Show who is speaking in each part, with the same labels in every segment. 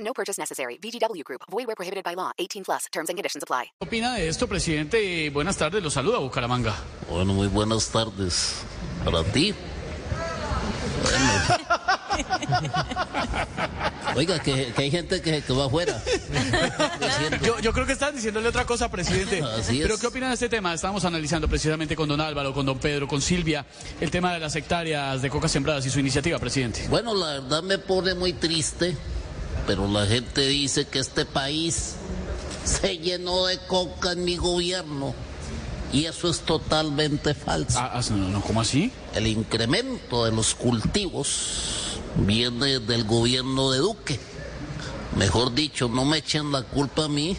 Speaker 1: No purchase necessary. VGW Group. Void where prohibited by law. 18 plus. Terms and conditions apply.
Speaker 2: ¿Qué opina de esto, presidente? Buenas tardes, lo saluda Bucaramanga.
Speaker 3: Bueno, muy buenas tardes para ti. Bueno. Oiga, que, que hay gente que se quedó afuera. Lo siento.
Speaker 2: Yo, yo creo que están diciéndole otra cosa, presidente.
Speaker 3: Así es.
Speaker 2: Pero ¿qué opina de este tema? Estamos analizando precisamente con don Álvaro, con don Pedro, con Silvia, el tema de las hectáreas de coca sembradas y su iniciativa, presidente.
Speaker 3: Bueno, la verdad me pone muy triste, pero la gente dice que este país se llenó de coca en mi gobierno. Y eso es totalmente falso.
Speaker 2: Ah, ah, no, no, ¿cómo así?
Speaker 3: El incremento de los cultivos viene del gobierno de Duque. Mejor dicho, no me echen la culpa a mí,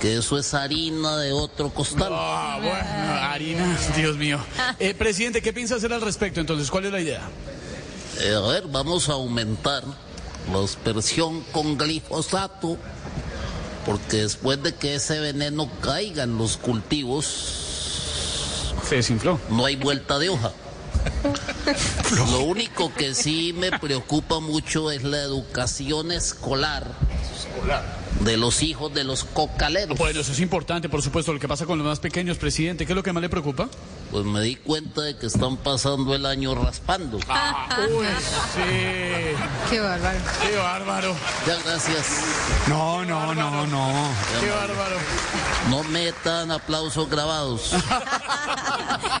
Speaker 3: que eso es harina de otro costal.
Speaker 2: Ah, bueno, harina, Dios mío. Eh, presidente, ¿qué piensa hacer al respecto? Entonces, ¿cuál es la idea?
Speaker 3: Eh, a ver, vamos a aumentar la aspersión con glifosato, porque después de que ese veneno caiga en los cultivos,
Speaker 2: Se desinfló.
Speaker 3: no hay vuelta de hoja. Lo único que sí me preocupa mucho es la educación escolar de los hijos de los cocaleros.
Speaker 2: Bueno, eso es importante, por supuesto, lo que pasa con los más pequeños, presidente. ¿Qué es lo que más le preocupa?
Speaker 3: Pues me di cuenta de que están pasando el año raspando.
Speaker 2: Uy, Pues, sí.
Speaker 4: Qué bárbaro.
Speaker 2: Qué bárbaro.
Speaker 3: Ya, gracias.
Speaker 5: No, no, no, no.
Speaker 2: Qué bárbaro.
Speaker 3: No metan aplausos grabados.
Speaker 4: Ah,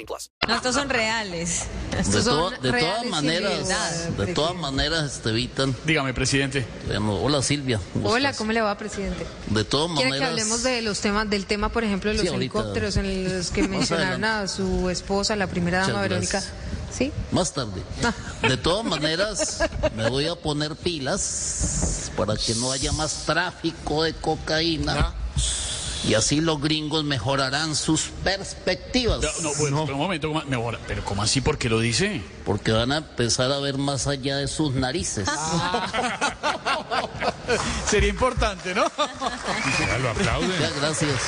Speaker 4: No, estos son reales. Estos
Speaker 3: De,
Speaker 4: son
Speaker 3: to- de todas
Speaker 4: reales y
Speaker 3: maneras,
Speaker 4: verdad.
Speaker 3: de todas maneras, Estevitan.
Speaker 2: Dígame, presidente.
Speaker 3: Bueno, hola Silvia. ¿cómo
Speaker 4: Hola,
Speaker 3: estás?
Speaker 4: ¿cómo le va, presidente?
Speaker 3: De todas
Speaker 4: ¿Quiere
Speaker 3: maneras.
Speaker 4: que hablemos de los temas, del tema, por ejemplo, de los
Speaker 3: Sí, ahorita.
Speaker 4: helicópteros en los que
Speaker 3: Más
Speaker 4: mencionaron a su esposa, la primera dama
Speaker 3: Muchas
Speaker 4: Verónica?
Speaker 3: gracias.
Speaker 4: ¿Sí?
Speaker 3: Más tarde. De todas maneras, me voy a poner pilas para que no haya más tráfico de cocaína. Y así los gringos mejorarán sus perspectivas.
Speaker 2: No, no, bueno, pero un momento, ¿cómo- me ahora, pero ¿cómo así? ¿Por qué lo dice?
Speaker 3: Porque van a empezar a ver más allá de sus narices.
Speaker 2: Ah. Sería importante, ¿no?
Speaker 5: Lo aplauden.
Speaker 3: Ya, gracias.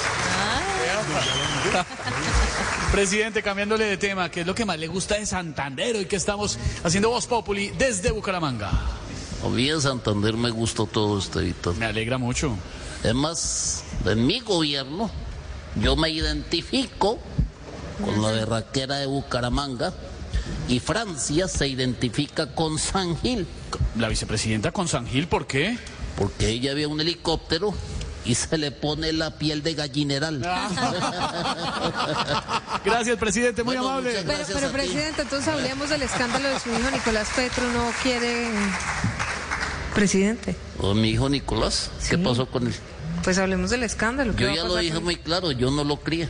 Speaker 2: Presidente, cambiándole de tema, ¿qué es lo que más le gusta de Santander hoy que estamos haciendo Voz Populi desde Bucaramanga?
Speaker 3: A mí en Santander me gustó todo este Víctor.
Speaker 2: Me alegra mucho.
Speaker 3: Es más, en mi gobierno yo me identifico con la berraquera de Bucaramanga y Francia se identifica con San Gil,
Speaker 2: La vicepresidenta con San Gil, ¿por qué?
Speaker 3: porque ella ve un helicóptero y se le pone la piel de gallineral.
Speaker 2: Ah, Gracias, presidente, muy
Speaker 3: Bueno,
Speaker 2: amable.
Speaker 3: muchas
Speaker 4: Pero,
Speaker 3: Gracias
Speaker 4: pero
Speaker 3: a ti.
Speaker 4: presidente, entonces hablemos del escándalo de su hijo Nicolás Petro, no quiere... Presidente,
Speaker 3: O Oh, mi hijo Nicolás, ¿qué pasó con él?
Speaker 4: pues hablemos del escándalo. ¿qué
Speaker 3: Yo
Speaker 4: va a
Speaker 3: ya lo
Speaker 4: pasar
Speaker 3: dije
Speaker 4: con-
Speaker 3: muy claro, yo no lo cría.